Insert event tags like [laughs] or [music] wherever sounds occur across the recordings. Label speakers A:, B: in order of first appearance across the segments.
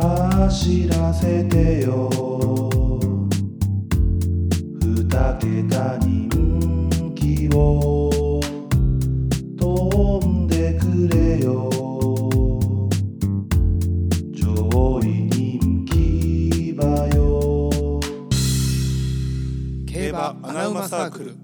A: 走らせてよ二桁人気を飛んでくれよ上位人気馬よ
B: 競馬アナウマサークル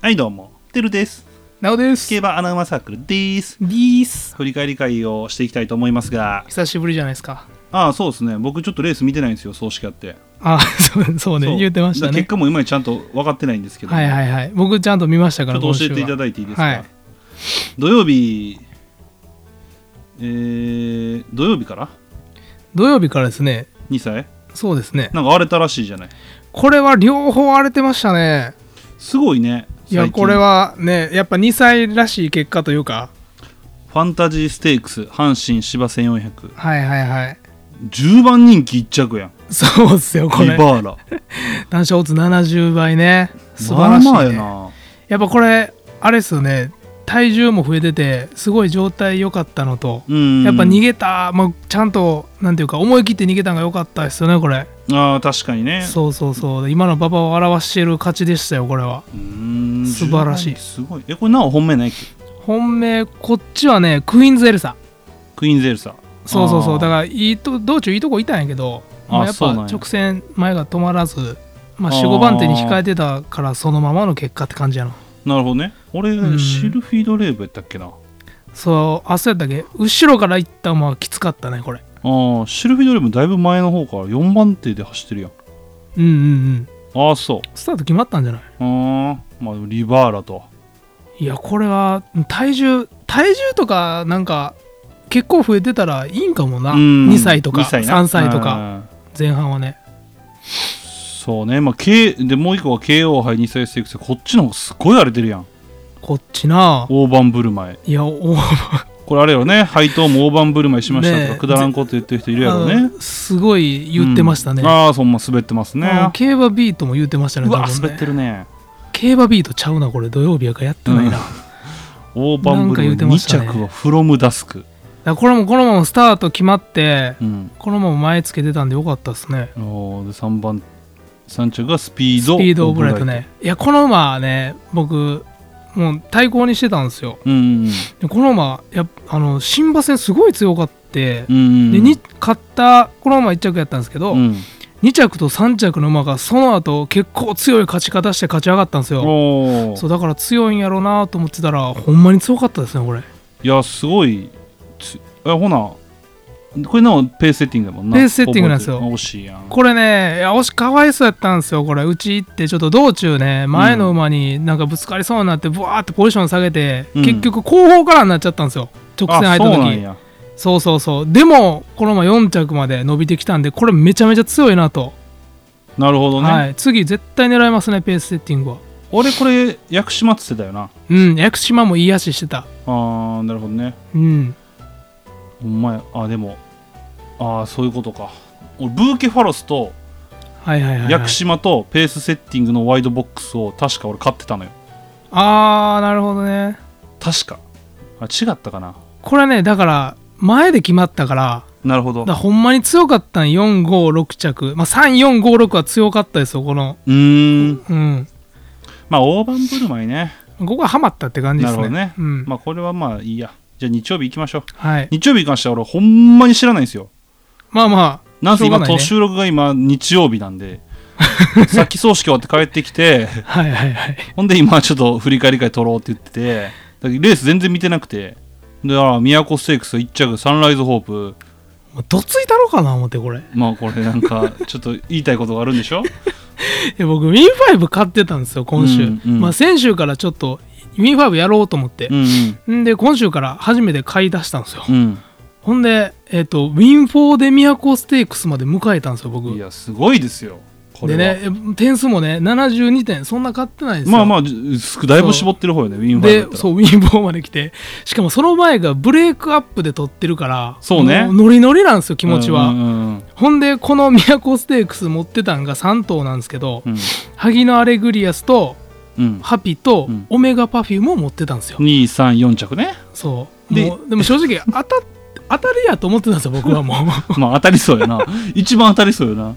C: はいどうもてるです
B: なおです
C: 競馬アナウマサークルです
B: ディース
C: 振り返り会をしていきたいと思いますが
B: 久しぶりじゃないですか
C: ああそうですね僕ちょっとレース見てないんですよ葬式あって
B: あそうそうね
C: そう
B: 言ってました
C: だから
B: ね
C: 結果も今ちゃんと分かってないんですけど、
B: はいはいはい僕ちゃんと見ましたか
C: ちょ
B: ら
C: っと教えていた
B: 今週は
C: だいていいですか、
B: はい
C: 土曜日えー、土曜日から
B: 土曜日からですね
C: 2歳
B: そうですね
C: なんか荒れたらしいじゃない
B: これは両方荒れてましたね
C: すごいね
B: いや
C: 最近
B: これはねやっぱ2歳らしい結果というか
C: ファンタジーステークス阪神芝140010
B: はいはいはい
C: 番人気1着やん
B: そうっすよこ
C: リ
B: れ
C: バーラ
B: 単勝オッズ70倍ね素晴らしい、ね
C: まあまあやな
B: やっぱこれあれっすよね体重も増えててすごい状態良かったのと、
C: うん
B: やっぱ逃げた、まあ、ちゃんとなんていうか思い切って逃げたのが良かったですよねこれ
C: ああ確かにね
B: そうそうそう今の馬場を表している勝ちでしたよこれは
C: うーん
B: 素晴らしい
C: 10すごいえこれなお本命ないっけ
B: 本命こっちはねクイーンズエルサ
C: クイーンゼルサ
B: そうそうそうだ
C: ら
B: からいいと道中いいとこいたんやけど
C: あ
B: まあ、やっ
C: そう
B: ぱ
C: なんや
B: 直線前が止まらず、まあ、
C: あー
B: 45番手に控えてたからそのままの結果って感じやな
C: なるほどね俺
B: ん
C: シルフィードレーブやったっけな
B: そうあそうやったっけ後ろから行った馬はきつかったねこれ
C: ああシルフィードレーブだいぶ前の方から4番手で走ってるやん
B: うんうんうん
C: ああそう
B: スタート決まったんじゃない
C: あーまあリバーラと
B: いやこれは体重体重とかなんか結構増えてたらいいんかもな
C: うん
B: 2歳とか
C: 二歳な
B: 3歳とか
C: うん
B: 前半はね
C: そうねまあ K でもう一個は KO 杯2歳ステークスこっちの方がすごい荒れてるやん
B: こっちな
C: 大盤振る舞い
B: いやお
C: これあれよね配当も大盤振る舞いしましたと
B: ね
C: か
B: え
C: くだらんこと言ってる人いるやろ
B: あ
C: ね
B: の [laughs] すごい言ってましたね、
C: うんああそんま滑ってますね
B: うん競馬ビートも言ってましたね
C: うわ
B: 多分ね
C: 滑ってるね
B: 競馬ビートちゃうなこれ土曜日やからやってないな、
C: うん
B: だか
C: 大盤
B: なん
C: 振
B: か
C: る
B: 言
C: 舞
B: う
C: い
B: てま
C: 2
B: したね
C: 着はフロムダスク
B: らこれもこのままスタート決まって
C: うん
B: このまま前つけてたんでよかったですね
C: おーで3番3着がスピー
B: ス
C: ド
B: ピードオブライトねいやこの馬はね僕もう対抗にしてたんですよ
C: オブライトうん
B: でこの馬やっぱあの新馬戦すごい強かって
C: う、ん
B: でに勝ったこの馬1着やったんですけど、
C: うん
B: 2着と3着の馬がその後結構強い勝ち方して勝ち上がったんですよ
C: おお
B: そうだから強いんやろうなと思ってたらほんまに強かったですねこれ
C: いやすごいつえほなこれのペースセッティングだもんな
B: ペースセッティングなんですよ
C: 覚えてるあ惜しいやん
B: これねいや惜しかわいそうやったんですよこれうち行ってちょっと道中ね前の馬になんかぶつかりそうになってブワーってポジション下げて、
C: うん
B: 結局後方からになっちゃったんですよ直線入
C: あ
B: っ
C: そ
B: た
C: う
B: 時
C: なんや
B: そうそうそうでもこの馬4着まで伸びてきたんでこれめちゃめちゃ強いなと
C: なるほどね、
B: はい、次絶対狙いますねペースセッティングは
C: 俺これ薬師待ってたよな
B: うん屋久島もいい足してた
C: あーなるほどね
B: うん
C: ほんまやあでもああそういうことか俺ブーケファロスと
B: はいはいはい、はい、
C: 屋久島とペースセッティングのワイドボックスを確か俺買ってたのよ
B: あーなるほどね
C: 確かあ違ったかな
B: これねだから前で決まったから
C: なるほど
B: だからほんまに強かったん456着、まあ、3456は強かったですよこの
C: うーん
B: うん
C: まあ大盤振る舞いね
B: ここはハマったって感じで
C: な
B: す
C: る
B: ね
C: ほどね、
B: うん
C: まあこれはまあいいやじゃあ日曜日行きましょう
B: はい
C: 日曜日に関しては俺ほんまに知らないんですよ
B: まあまあ
C: なんせ
B: しょう
C: 今、
B: がないね
C: 収録が今日曜日なんでさっき葬式終わって帰ってき
B: [laughs]
C: て
B: はいはいはい
C: ほんで今ちょっと振り返り会取ろうって言っててだからレース全然見てなくてでああ宮古ステークス1着サンライズホープ
B: もうどついたろかな思ってこれい
C: まあこれなん
B: [laughs]
C: かちょっと言いたいことがあるんでしょ
B: や僕 Win5 買ってたんですよ今週、
C: うんうん
B: まあ先週からちょっと Win5 やろうと思って
C: う、ん
B: んで今週から初めて買い出したんですよ、
C: うん、
B: ほんで、えっとウィンフォーで宮古ステークスまで迎えたんですよ僕
C: うん、いやすごいですよこれ
B: で
C: は
B: ねえ点数もね72点そんな勝ってないんですよ
C: まあまあじすだいぶ絞ってる方よねウィンファイだっ
B: で
C: たら
B: そうウィンフォーまで来てしかもその前がブレイクアップで取ってるから
C: そうね
B: もノリノリなんですよ気持ちは、
C: うんうん
B: ほんでこの宮古ステークス持ってたんが3頭なんですけど、
C: うん
B: 萩野アレグリアスと
C: うん
B: ハピと
C: うん
B: オメガパフュームを持ってたんですよ、
C: 234着ね
B: そう
C: で
B: もうでも正直当たって当たりやと思ってたんですよ僕はも
C: [laughs]
B: う
C: まあ当たりそうや
B: [laughs]
C: な一番当たりそうやな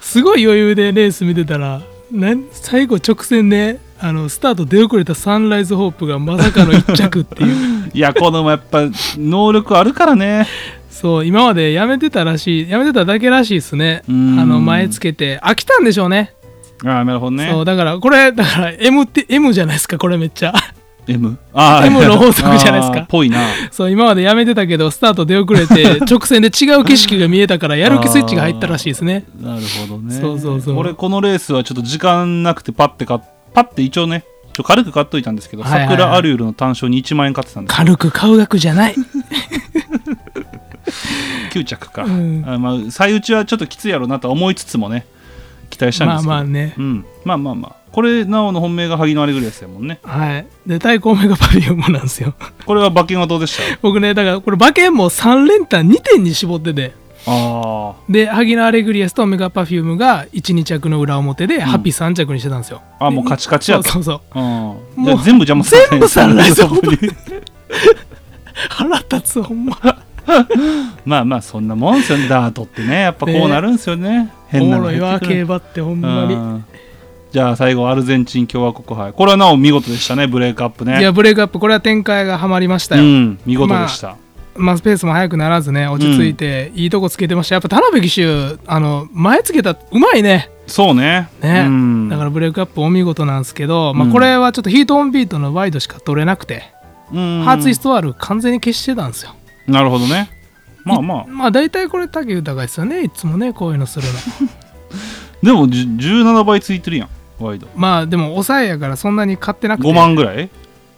B: すごい余裕でレース見てたらなん最後直線であのスタート出遅れたサンライズホープがまさかの1着っていう
C: いやこのもやっぱ能力あるからね
B: そう今までやめてたらしいやめてただけらしいですねあ
C: うん
B: の前つけて飽きたんでしょうね
C: ああなるほどね
B: そうだからこれだから M って M じゃないですかこれめっちゃ [laughs]
C: M あ
B: M の法則じゃないですか
C: あーぽいな
B: そう今までやめてたけどスタート出遅れて直線で違う景色が見えたからやる気スイッチが入ったらしいですね
C: なるほどね
B: そうそうそう
C: 俺このレースはちょっと時間なくてパッて買っパッて一応ねちょ軽く買っといたんですけど、
B: はいはいはい
C: 桜アリュールの単勝に1万円買ってたんです
B: 軽く買う額じゃない
C: 9着か、
B: うん
C: あまあ最打ちはちょっときついやろうなとは思いつつもね期待したんで
B: ますあ
C: けど
B: まあね
C: うん、まあまあまあこれなおの本命が萩野アレグリアスやもんね
B: はいで対抗メガパビウムなんですよ
C: これは馬券はどうでした
B: 僕ねだからこれ馬券も3連単2点に絞ってて
C: あ
B: で萩野アレグリアスとメガパフュームが12着の裏表で、ハッピー3着にしてたんですよ
C: ああもうカチカチ
B: そ
C: や
B: う
C: と
B: そうそう
C: うん
B: う
C: じゃあ全部邪魔されて
B: 全部サンライズオープ腹立つほんま
C: まあまあそんなもんですよねダートってねやっぱこうなるんですよね
B: お
C: 変な
B: も
C: の
B: ろい
C: 入
B: わ
C: ってくる
B: 競馬ってほんまに、
C: うんじゃあ最後アルゼンチン共和国杯これはなお見事でしたねブレイクアップね
B: いやブレイクアップこれは展開がハマりました
C: う
B: よ、
C: ん見事でした、
B: まあ、スペースも速くならずね落ち着いて、いいとこつけてましたやっぱ田辺騎手あの前つけたうまいね
C: そうね
B: ね、
C: うん、
B: だからブレイクアップお見事なんですけど、まあ、
C: うん
B: これはちょっとヒートオンビートのワイドしか取れなくて、
C: うん
B: ハーツイストワール完全に消してたんですよ
C: なるほどねまあまあ
B: まあ大体これ竹豊ですよねいつもねこういうのす [laughs] るの
C: でもじゅ17倍ついてるやんワイド
B: まあでも抑えやからそんなに買ってなくて
C: 5万ぐらい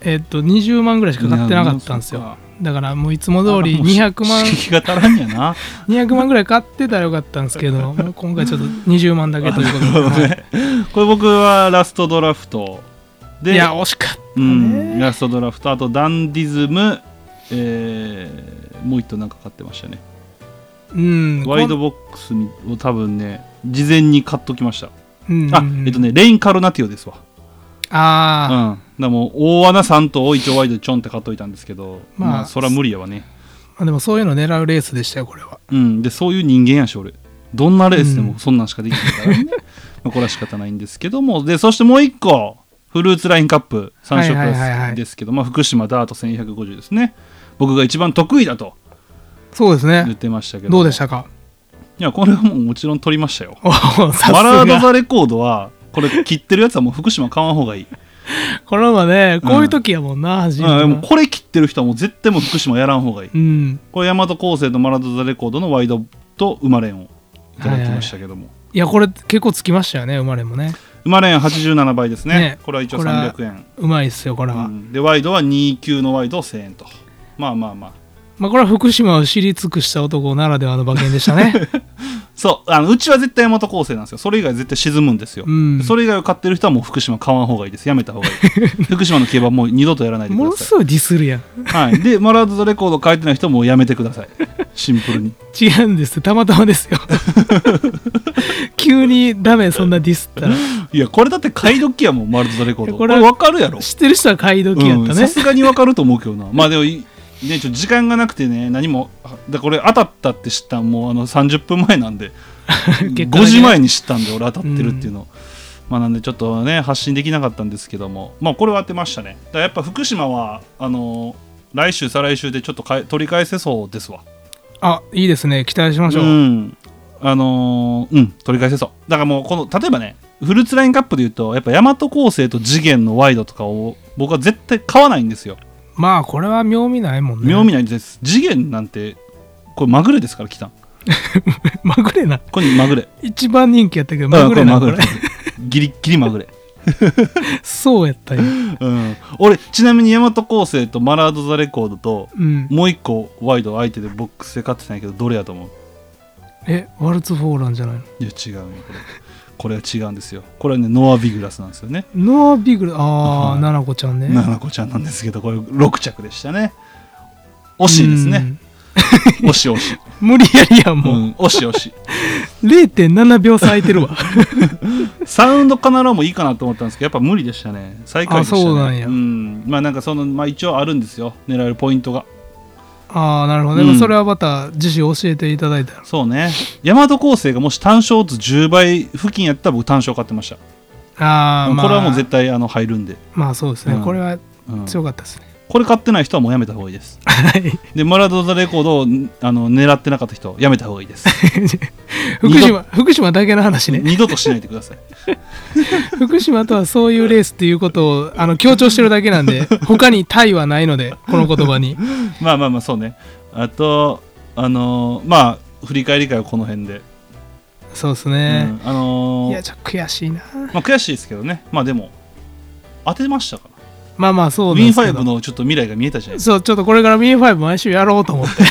B: えっと20万ぐらいしか買ってなかったんです
C: いや
B: よだからもういつも通り
C: あもうし
B: 200万 [laughs]
C: 刺激が足らんやな
B: 200万ぐらい買ってたらよかったんですけ
C: [laughs]
B: どもう今回ちょっと20万だけというこ
C: なる
B: と
C: ほど
B: で
C: ねこれ僕はラストドラフトで
B: いや惜しかった
C: うん、ラストドラフトあとダンディズムえー、もう一頭なんか買ってましたね
B: うん
C: ワイドボックスにを多分ね事前に買っときました
B: うん
C: あえっとねレインカルナティオですわうんだ
B: ああ、
C: からもう大穴3頭を一応ワイドでちょんって買っといたんですけど
B: ま
C: ま
B: あ
C: あ、そりゃ無理やわね
B: まあでもそういうの狙うレースでしたよこれは
C: うん、でそういう人間やし俺どんなレースで
B: う
C: も
B: ん
C: そんなんしかできないから、 [laughs] まあこれは仕方ないんですけどもでそしてもう一個フルーツラインカップ3色
B: はいはいはいはい
C: ですけど、まあ、福島ダート1150ですね僕が一番得意だと
B: そうです
C: 言っ
B: ね
C: てましたけど
B: どうでしたか
C: いやこれはもうもちろん取りましたよ
B: おーさす
C: バラード・
B: が
C: ザ・レコードはこれ切ってるやつはもう福島買わん方がいい、
B: これはねこういう時やもんな、初
C: う、
B: めてなん
C: もうこれ切ってる人はもう絶対もう福島やらん方がいい
B: うん
C: これ大和高生とマラード・ザ・レコードのワイドと生まれんをいただきましたけども、
B: いやこれ結構つきましたよね生まれもね
C: 生まれん87倍ですね
B: ね
C: これは一応
B: これは
C: 300円、
B: うまいっすよこれは、
C: うんでワイドは29のワイドを1000円とまあまあまあ
B: まあこれは福島を知り尽くした男ならではの馬券でし
C: [laughs]
B: たね
C: そうあのうちは絶対大和構成なんですよそれ以外絶対沈むんですよ、
B: うん
C: それ以外を買ってる人はもう福島買わん方がいいですやめた方
B: [laughs]
C: がいい福島の競馬もう二度とやらないでく
B: も
C: だ
B: の
C: さ
B: すごいディスるやん
C: い、はい、でマラード・ザ・レコード書いてない人はもうやめてくださいシンプルに
B: 違うんですたまたまですよ [laughs] 急にダメそんなディスったら
C: いやこれだって買い時やもんマラード・ザ・レコー
B: いや
C: ド
B: こ
C: こ
B: れ
C: れ分かるやろ
B: 知ってる人は買い時やった
C: うん
B: ね
C: さ、すがに分かると思うけどな [laughs] まあでもいねちょっと時間がなくてね何もあだこれ当たったって知ったんもうあの30分前なんで
B: [laughs]
C: 5
B: 結果だけ
C: 時前に知ったんで俺当たってるっていうの、まあなんでちょっとね発信できなかったんですけどもまあこれは当てましたねだからやっぱ福島はあの来週再来週でちょっとかえ取り返せそうですわ
B: あいいですね期待しましょう、
C: うんあのーうん取り返せそうだからもうこの例えばねフルーツラインカップで言うとやっぱ大和構成と次元のワイドとかを僕は絶対買わないんですよ
B: まあこれは妙味ないもんね
C: 妙味ないです次元なんてこれまぐれですから来たん
B: まぐれな
C: これまぐれ
B: 一番人気やったけど
C: う
B: ま
C: ん
B: ぐ
C: こ
B: れ
C: れ
B: な
C: ま
B: こ
C: ぐ
B: れ
C: れギリッギリまぐれ、
B: そうやったよ、
C: うん、俺ちなみに大和構成とマラード・ザ・レコードと
B: うん、
C: もう一個ワイド相手でボックスで勝ってたんやけどどれやと思う
B: えワルツフォーランじゃないの
C: いや違うよこれこれは違うんですよこれはねノア・ビグラスなんですよね
B: ノアビグルあ
C: は
B: あ
C: い
B: ななこちゃんね
C: ななこちゃんなんですけどこれ6着でしたね惜しいですね惜しい惜しい、
B: うん無理やりやん
C: う
B: も
C: ん、惜しい惜しいう
B: 0.7秒差空いてるわ
C: サウンドカナロアもいいかなと思ったんですけどやっぱ無理でしたね最下位でしたね
B: あそうなんや
C: まあなんかそのまあ一応あるんですよ狙えるポイントが
B: ああなるほどね、
C: うん
B: まあそれはまた次週教えていただいたら
C: そうね大和構成がもし単勝率10倍付近やったら僕単勝買ってました
B: ああ、まあ、
C: これはもう絶対あの入るんで、
B: まあそうですね、
C: うん
B: これは
C: うん
B: 強かったですね、
C: これ買ってない人はもうやめた方がいいです
B: はい
C: でマラドーナレコードをあの狙ってなかった人はやめた方がいいです
B: [laughs] 福島福島だけの話ね
C: 二度としないでください [laughs]
B: 福島とはそういうレースっていうことをあの強調してるだけなんで
C: [laughs]
B: 他にタイはないのでこの言葉に
C: まあまあまあそうねあとあのーまあ振り返り会はこの辺で、
B: そうですね、
C: うんあの
B: い
C: ー
B: やちょっと悔しいな
C: まあ、悔しいですけどねまあでも当てましたから
B: まあまあそう
C: ウ
B: なん
C: ィ
B: で
C: ン
B: すけ
C: 5
B: ど
C: のちょっと未来が見えたじゃないですか
B: そうちょっとこれから B5 毎週やろうと
C: [laughs]
B: 思ってち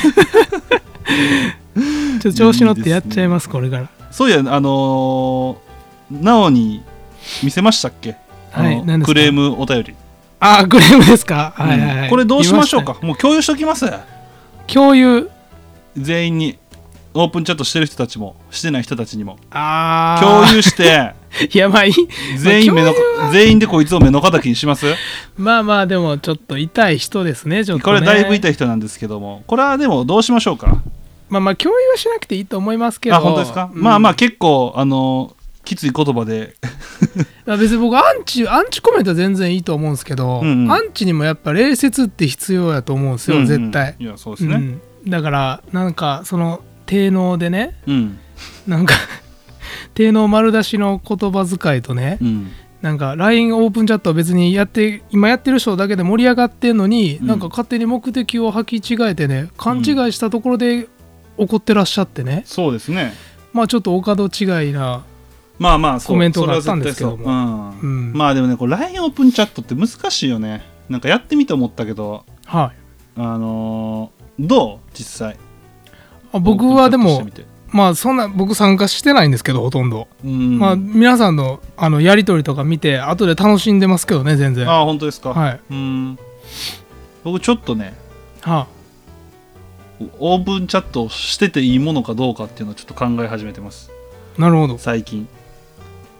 B: ょっと調子乗ってやっちゃいますこれから
C: そういやあのー、なおに見せましたっけあ
B: はい
C: の
B: 何ですか
C: クレームお便り、
B: あクレームですか、はいはい、は
C: うん
B: い、
C: これどうしましょう
B: 見
C: かもう共有しときます
B: た共有
C: 全員にオープンチャットしてる人たちもしてない人たちにも
B: ああ
C: 共有して
B: [laughs] いやばい
C: 全員目の
B: 共
C: 全員でこいつを目の敵にします
B: まあまあでもちょっと痛い人ですねちょっと、
C: こ
B: ね、
C: れだいぶ痛い人なんですけどもこれはでもどうしましょうか
B: まあまあ共有はしなくていいと思いますけど
C: あ本当ですか、
B: うん
C: まあまあ結構あのきつい言葉
B: [laughs]
C: で
B: まあ別に僕アンチアンチコメントは全然いいと思うんですけど、
C: うんうん
B: アンチにもやっぱ礼節って必要やと思うんです
C: う
B: よ、
C: んうん
B: 絶対、
C: いやそうですね
B: うんだからなんかその低能でね
C: うん
B: なんか [laughs] 低能丸出しの言葉遣いとね、
C: うん
B: なんか LINE オープンチャットは別にやって今やってる人だけで盛り上がってんのに、
C: うん
B: なんか勝手に目的を履き違えてね勘違いしたところで怒ってらっしゃってね、
C: そうですね
B: まあちょっとお門違いな
C: まあまあそう
B: コメントがあったんですけど
C: そ
B: も
C: れは絶対そううん
B: うん
C: まあでもねこれ LINE オープンチャットって難しいよねなんかやってみて思ったけど
B: はい
C: あのーどう実際
B: あ僕はで
C: オー
B: も
C: プンチャットしてみて
B: まあそんな僕参加してないんですけどほとんど、
C: うん
B: まあ皆さんのあのやり取りとか見て後で楽しんでますけどね全然は
C: ああ本当ですか、
B: はい
C: うん僕ちょっとね
B: あ
C: オープンチャットをしてていいものかどうかっていうのをちょっと考え始めてます
B: なるほど
C: 最近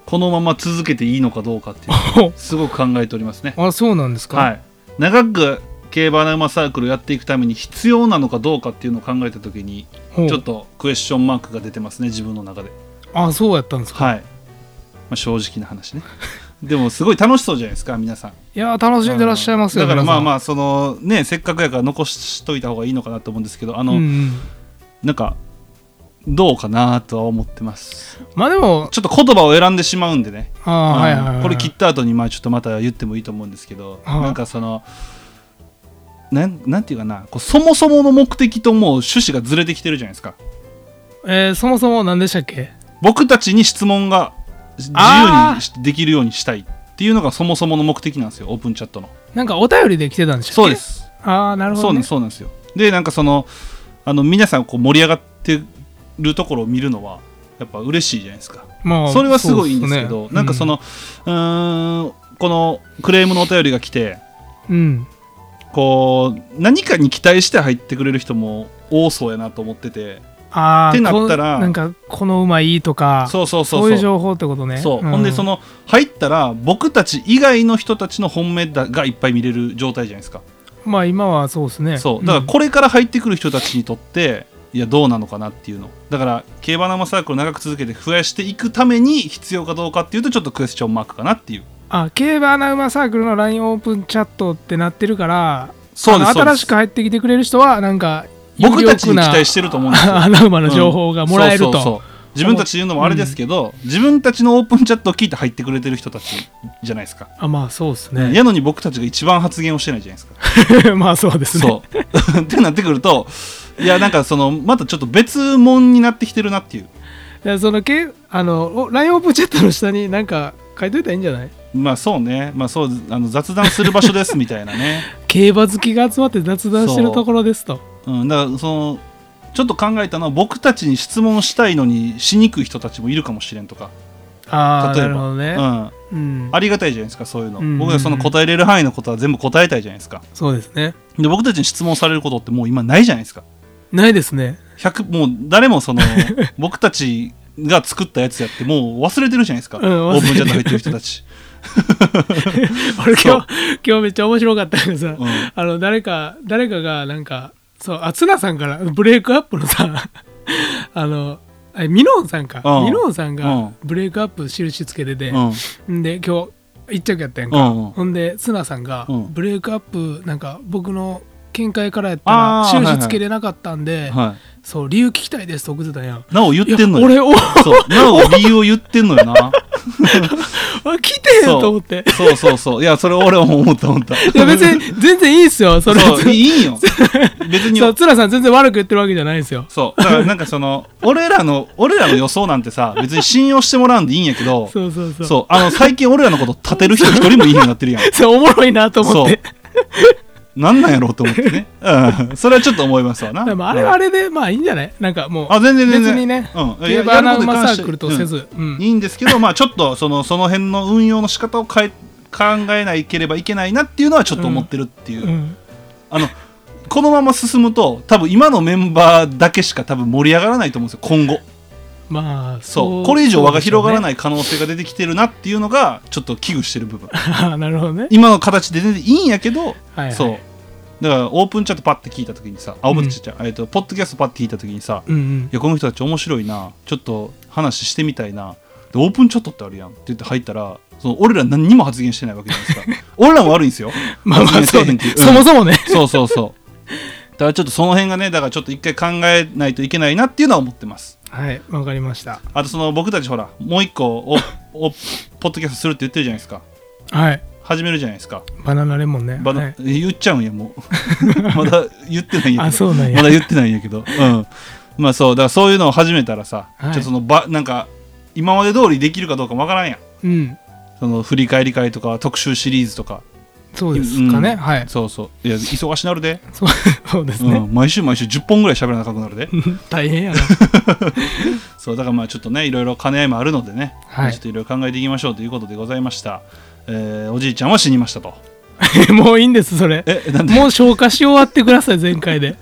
C: このまま続けていいのかどうかっていうのをすごく考えておりますね
B: [laughs] あそうなんですか、
C: はい長く競馬の馬サークルをやっていくために必要なのかどうかっていうのを考えた時に
B: ほう
C: ちょっとクエスチョンマークが出てますね自分の中で
B: あそうやったんですか、
C: はい、まあ、正直な話ねでもすごい楽しそうじゃないですか皆さん
B: い、やー楽しんでらっしゃいますよ
C: だからまあま
B: あ
C: あそのねせっかくやから残しといた方がいいのかなと思うんですけどあの、
B: うんうん、
C: なんかどうかなとは思ってます
B: まあでも
C: ちょっと言葉を選んでしまうんでね
B: ああはいはい、は
C: う
B: い、
C: んこれ切った後にまあちょっとまた言ってもいいと思うんですけど、
B: はい
C: なんかそのなんなんていうかなこうそもそもの目的ともう趣旨がずれてきてるじゃないですか
B: えーそもそも何でしたっけ
C: 僕たちに質問が自由にしできるようにしたいっていうのがそもそもの目的なんですよオープンチャットの
B: なんかお便りで来てたんでしたっけ
C: そうです
B: ああなるほ
C: そうな
B: ど、
C: ん
B: ね、
C: ですそうなんですよでなんかそのあの皆さんこう盛り上がってるところを見るのはやっぱ嬉しいじゃないですか
B: まあ
C: それはすごいいいんですけ
B: そう
C: ど
B: っすね
C: なんかその、うーんこのクレームのお便りが来て
B: うん、うん
C: こう何かに期待して入ってくれる人も多そうやなと思ってて
B: ああ
C: ってなったら
B: なんかこの馬いいとか
C: そうそうそう
B: そういう
C: そう
B: 情報ってことね
C: そう
B: うん、
C: ほんでその入ったら僕たち以外の人たちの本命だがいっぱい見れる状態じゃないですか
B: まあ今はそうですね
C: そうだから
B: ん
C: これから入ってくる人たちにとっていやどうなのかなっていうのだから競馬生サークルを長く続けて増やしていくために必要かどうかっていうとちょっとクエスチョンマークかなっていう
B: あ競馬アナウマサークルの LINE オープンチャットってなってるから
C: そうで
B: あ
C: すそ
B: の
C: うで
B: 新
C: す
B: しく入ってきてくれる人はなんか
C: 僕たちに期
B: 有力な
C: 待してると思うんですよ
B: [laughs] アナウマの情報がもらえる
C: うんそうそう
B: と
C: そう自分たちで言うのもあれですけど、自分たちのオープンチャットを聞いて入ってくれてる人たちじゃないですか、
B: あまあそうですね
C: やのに僕たちが一番発言をしてないじゃないですか
B: [laughs] まあそうですね
C: そう [laughs] ってなってくるといやなんかそのまたちょっと別物になってきてるなっていう
B: いやそのけあのお LINE オープンチャットの下になんか書いといたらいいんじゃない
C: まあそうね、まあ、そうあの雑談する場所ですみたいな
B: [laughs]
C: ね、
B: 競馬好きが集まって雑談してるところですと
C: うん、だからそのちょっと考えたのは僕たちに質問したいのにしにくい人たちもいるかもしれんとか
B: ああ
C: 例えば
B: なるほどね、
C: うん、
B: うん
C: ありがたいじゃないですかそういうの、
B: うんうんうん
C: 僕がその答えれる範囲のことは全部答えたいじゃないですか
B: そうですね
C: で僕たちに質問されることってもう今ないじゃないですか
B: ないです
C: [laughs]
B: ね
C: 100もう誰もそ
B: [laughs]
C: の僕たちが作ったやつやってもう忘れてるじゃないですか、
B: うん忘
C: オー
B: れ
C: プンチ
B: てる
C: ャット入ってる人た
B: [laughs]
C: ち、
B: 俺
C: そう
B: [laughs] 今日今日めっちゃ面白かったのがさ、
C: うん
B: あの誰か誰かがなんかそうあ綱さんからブレイクアップのさ [laughs] あのあれミノンさんか
C: うん
B: ミノンさん
C: う
B: が
C: ん
B: ブレイクアップ印つけてて、
C: うん
B: ん、で今日一着やったやんか、
C: うんうん
B: ほんで綱さんが、
C: うん
B: ブレイクアップなんか僕の見解からやった
C: あ
B: ら
C: ーはいは
B: 印
C: い
B: つけれなかったんで、
C: は
B: そう理由聞きたいですと送ってたんやん
C: い、なお言ってんのよ
B: いや俺お [laughs]
C: そうなお理由を言ってんのよな
B: あ来て
C: そ
B: よ
C: う
B: と思って
C: そうそうそういやそれ俺も思った思った
B: いや別に全然いいっすよそれ
C: そうい
B: そ
C: いいよ別に
B: う綱さん全然悪く言ってるわけじゃないんですよ
C: そうだからなんかその俺らの俺らの予想なんてさ別に信用してもらうんでいいんやけど
B: そうそうそう
C: そうあの最近俺らのこと立てる人一人もいいようになってる
B: [laughs]
C: やん
B: そうおもろいなと思って
C: なんなんやろうと思ってね、うん、それはちょっと思いますわな
B: [laughs] でもあれはあれでまあいいんじゃないなんかもう
C: あ全然全然
B: 別にね
C: うん
B: 競馬
C: ややる
B: ア
C: こと
B: ナウ
C: に
B: マ
C: 関して
B: サークルとせず、うん
C: いいんですけどまあちょっとそのその辺の運用の仕方を変え考えないければいけないなっていうのはちょっと思ってるっていう、
B: うん
C: あのこのまま進むと多分今のメンバーだけしか多分盛り上がらないと思うんですよ今後
B: まあ
C: そうこれ以上輪が広がら
B: い
C: ない可能性が出てきてるなっていうのがちょっと危惧してる部分
B: なるほどね [laughs]
C: 今の形で全然いいんやけど、
B: いはい
C: そうだからオープンチャットパッて聞いた時にさあオープンチャットじゃないえっとポッドキャストパッて聞いた時にさ、
B: うんうん
C: いやこの人たち面白いなちょっと話してみたいなでオープンチャットってあるやんって言って入ったらその俺ら何にも発言してないわけじゃないですか
B: [laughs]
C: 俺らも悪いんですよ
B: まあまあ
C: 発言
B: そう
C: せえへん
B: ね
C: ってい、う
B: そもそもね
C: うんそうそうそうだからちょっとその辺がねだからちょっと一回考えないといけないなっていうのは思ってます
B: はいわかりました
C: あとその僕たちほらもう一個おおポッドキャストするって言ってるじゃないですか
B: はい
C: 始めるじゃないですか、
B: バナナレモンね
C: まだ
B: はい
C: 言っちゃうんやもう [laughs] まだ言ってないんやけど
B: あそうなんや
C: まだ言ってないんやけどうんまあそうだからそういうのを始めたらさ、ちょ
B: はい
C: っとそのばなんか今まで通りできるかどうかわからんやん
B: うん
C: その振り返り会とか特集シリーズとか
B: そうですかね、
C: うん
B: はい
C: そうそういや忙しなるで、
B: そう [laughs] そうです
C: う
B: ね、
C: ん、毎週毎週10本ぐらい喋らなかくなるで
B: 大変やな
C: [laughs] そうだからまあちょっとねいろいろ兼ね合いもあるのでね、
B: はい
C: ちょっといろいろ考えていきましょうということでございました、えーおじいちゃんは死にましたと
B: もういいんですそれ
C: えなんで
B: もう消化し終わってください前
C: [laughs]
B: 回で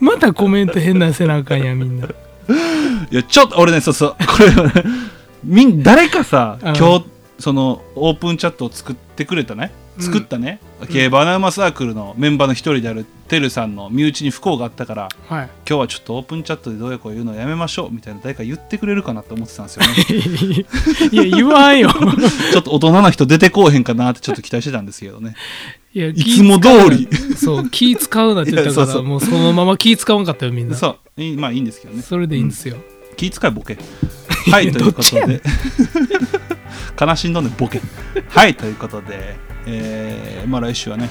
B: またコメント変なせなあかんやみんない
C: やちょっと俺ねそうそうこれはねみん誰かさ
B: うん
C: 今日そのオープンチャットを作ってくれたね
B: うん
C: 作ったね、競馬アナウマサークルのメンバーの一人であるてるさんの身内に不幸があったから
B: はい
C: 今日はちょっとオープンチャットでどうやこう言うのやめましょうみたいな誰か言ってくれるかなと思ってたんですよ
B: [laughs]
C: ね
B: いや言わ
C: [laughs]
B: んよ
C: ちょっと大人な人出てこうへんかなってちょっと期待してたんですけどね
B: いや
C: いつも通り
B: 気使うなそう気使うなって言った
C: [laughs] いやそ
B: か
C: う
B: ら
C: そう
B: もうそのまま気使わんかったよみんなそ,、
C: そういいまあいいんですけどね
B: れでいいんですよ、
C: 気遣いボケはい
B: [laughs]
C: というこ
B: どっち
C: と
B: やね
C: で [laughs] 悲しんどんでボケはいということで、えーまあ来週はね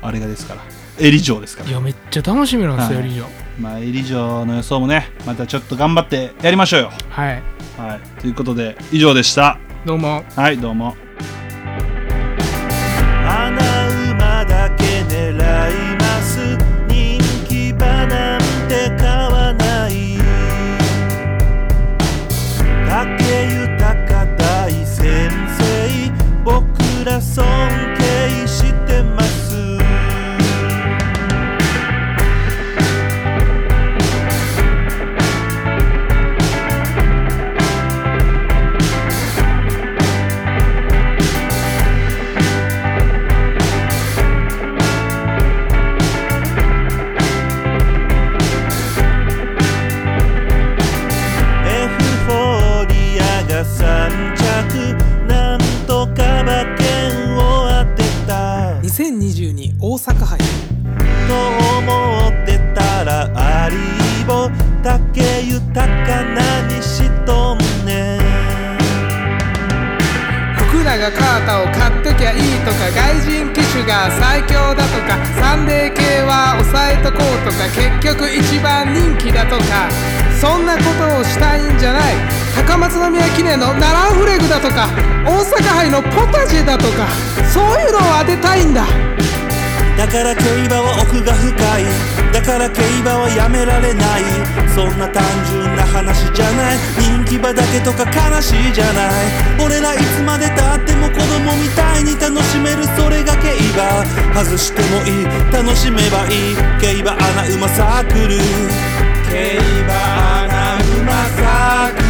C: あれがですからエリ城ですから
B: いやめっちゃ楽しみなんですよ、
C: はい
B: リージョン
C: まあエリ城の予想もねまたちょっと頑張ってやりましょうよ
B: はい
C: はいということで以上でした
B: どうも
C: はいどうも
A: 穴馬だけ狙います人気馬なんて買わない竹豊大先生僕ら尊敬してますエフフォーリアが3着なんとか馬券を当てた
B: 2022大阪杯
A: と思ってたらアリーボ竹豊何しとんねん
D: 福永カータを買っときゃいいとか外人機種が最強だとかサンデー系は抑えとこうとか結局一番人気だとかそんなことをしたいんじゃない高松宮記念のナランフレグだとか大阪杯のポタジェだとかそういうのを当てたいんだ
A: だから競馬は奥が深いだから競馬はやめられないそんな単純な話じゃない人気馬だけとか悲しいじゃない俺らいつまでたっても子供みたいに楽しめるそれが競馬外してもいい楽しめばいい競馬アナウマサークル競馬アナウマサークル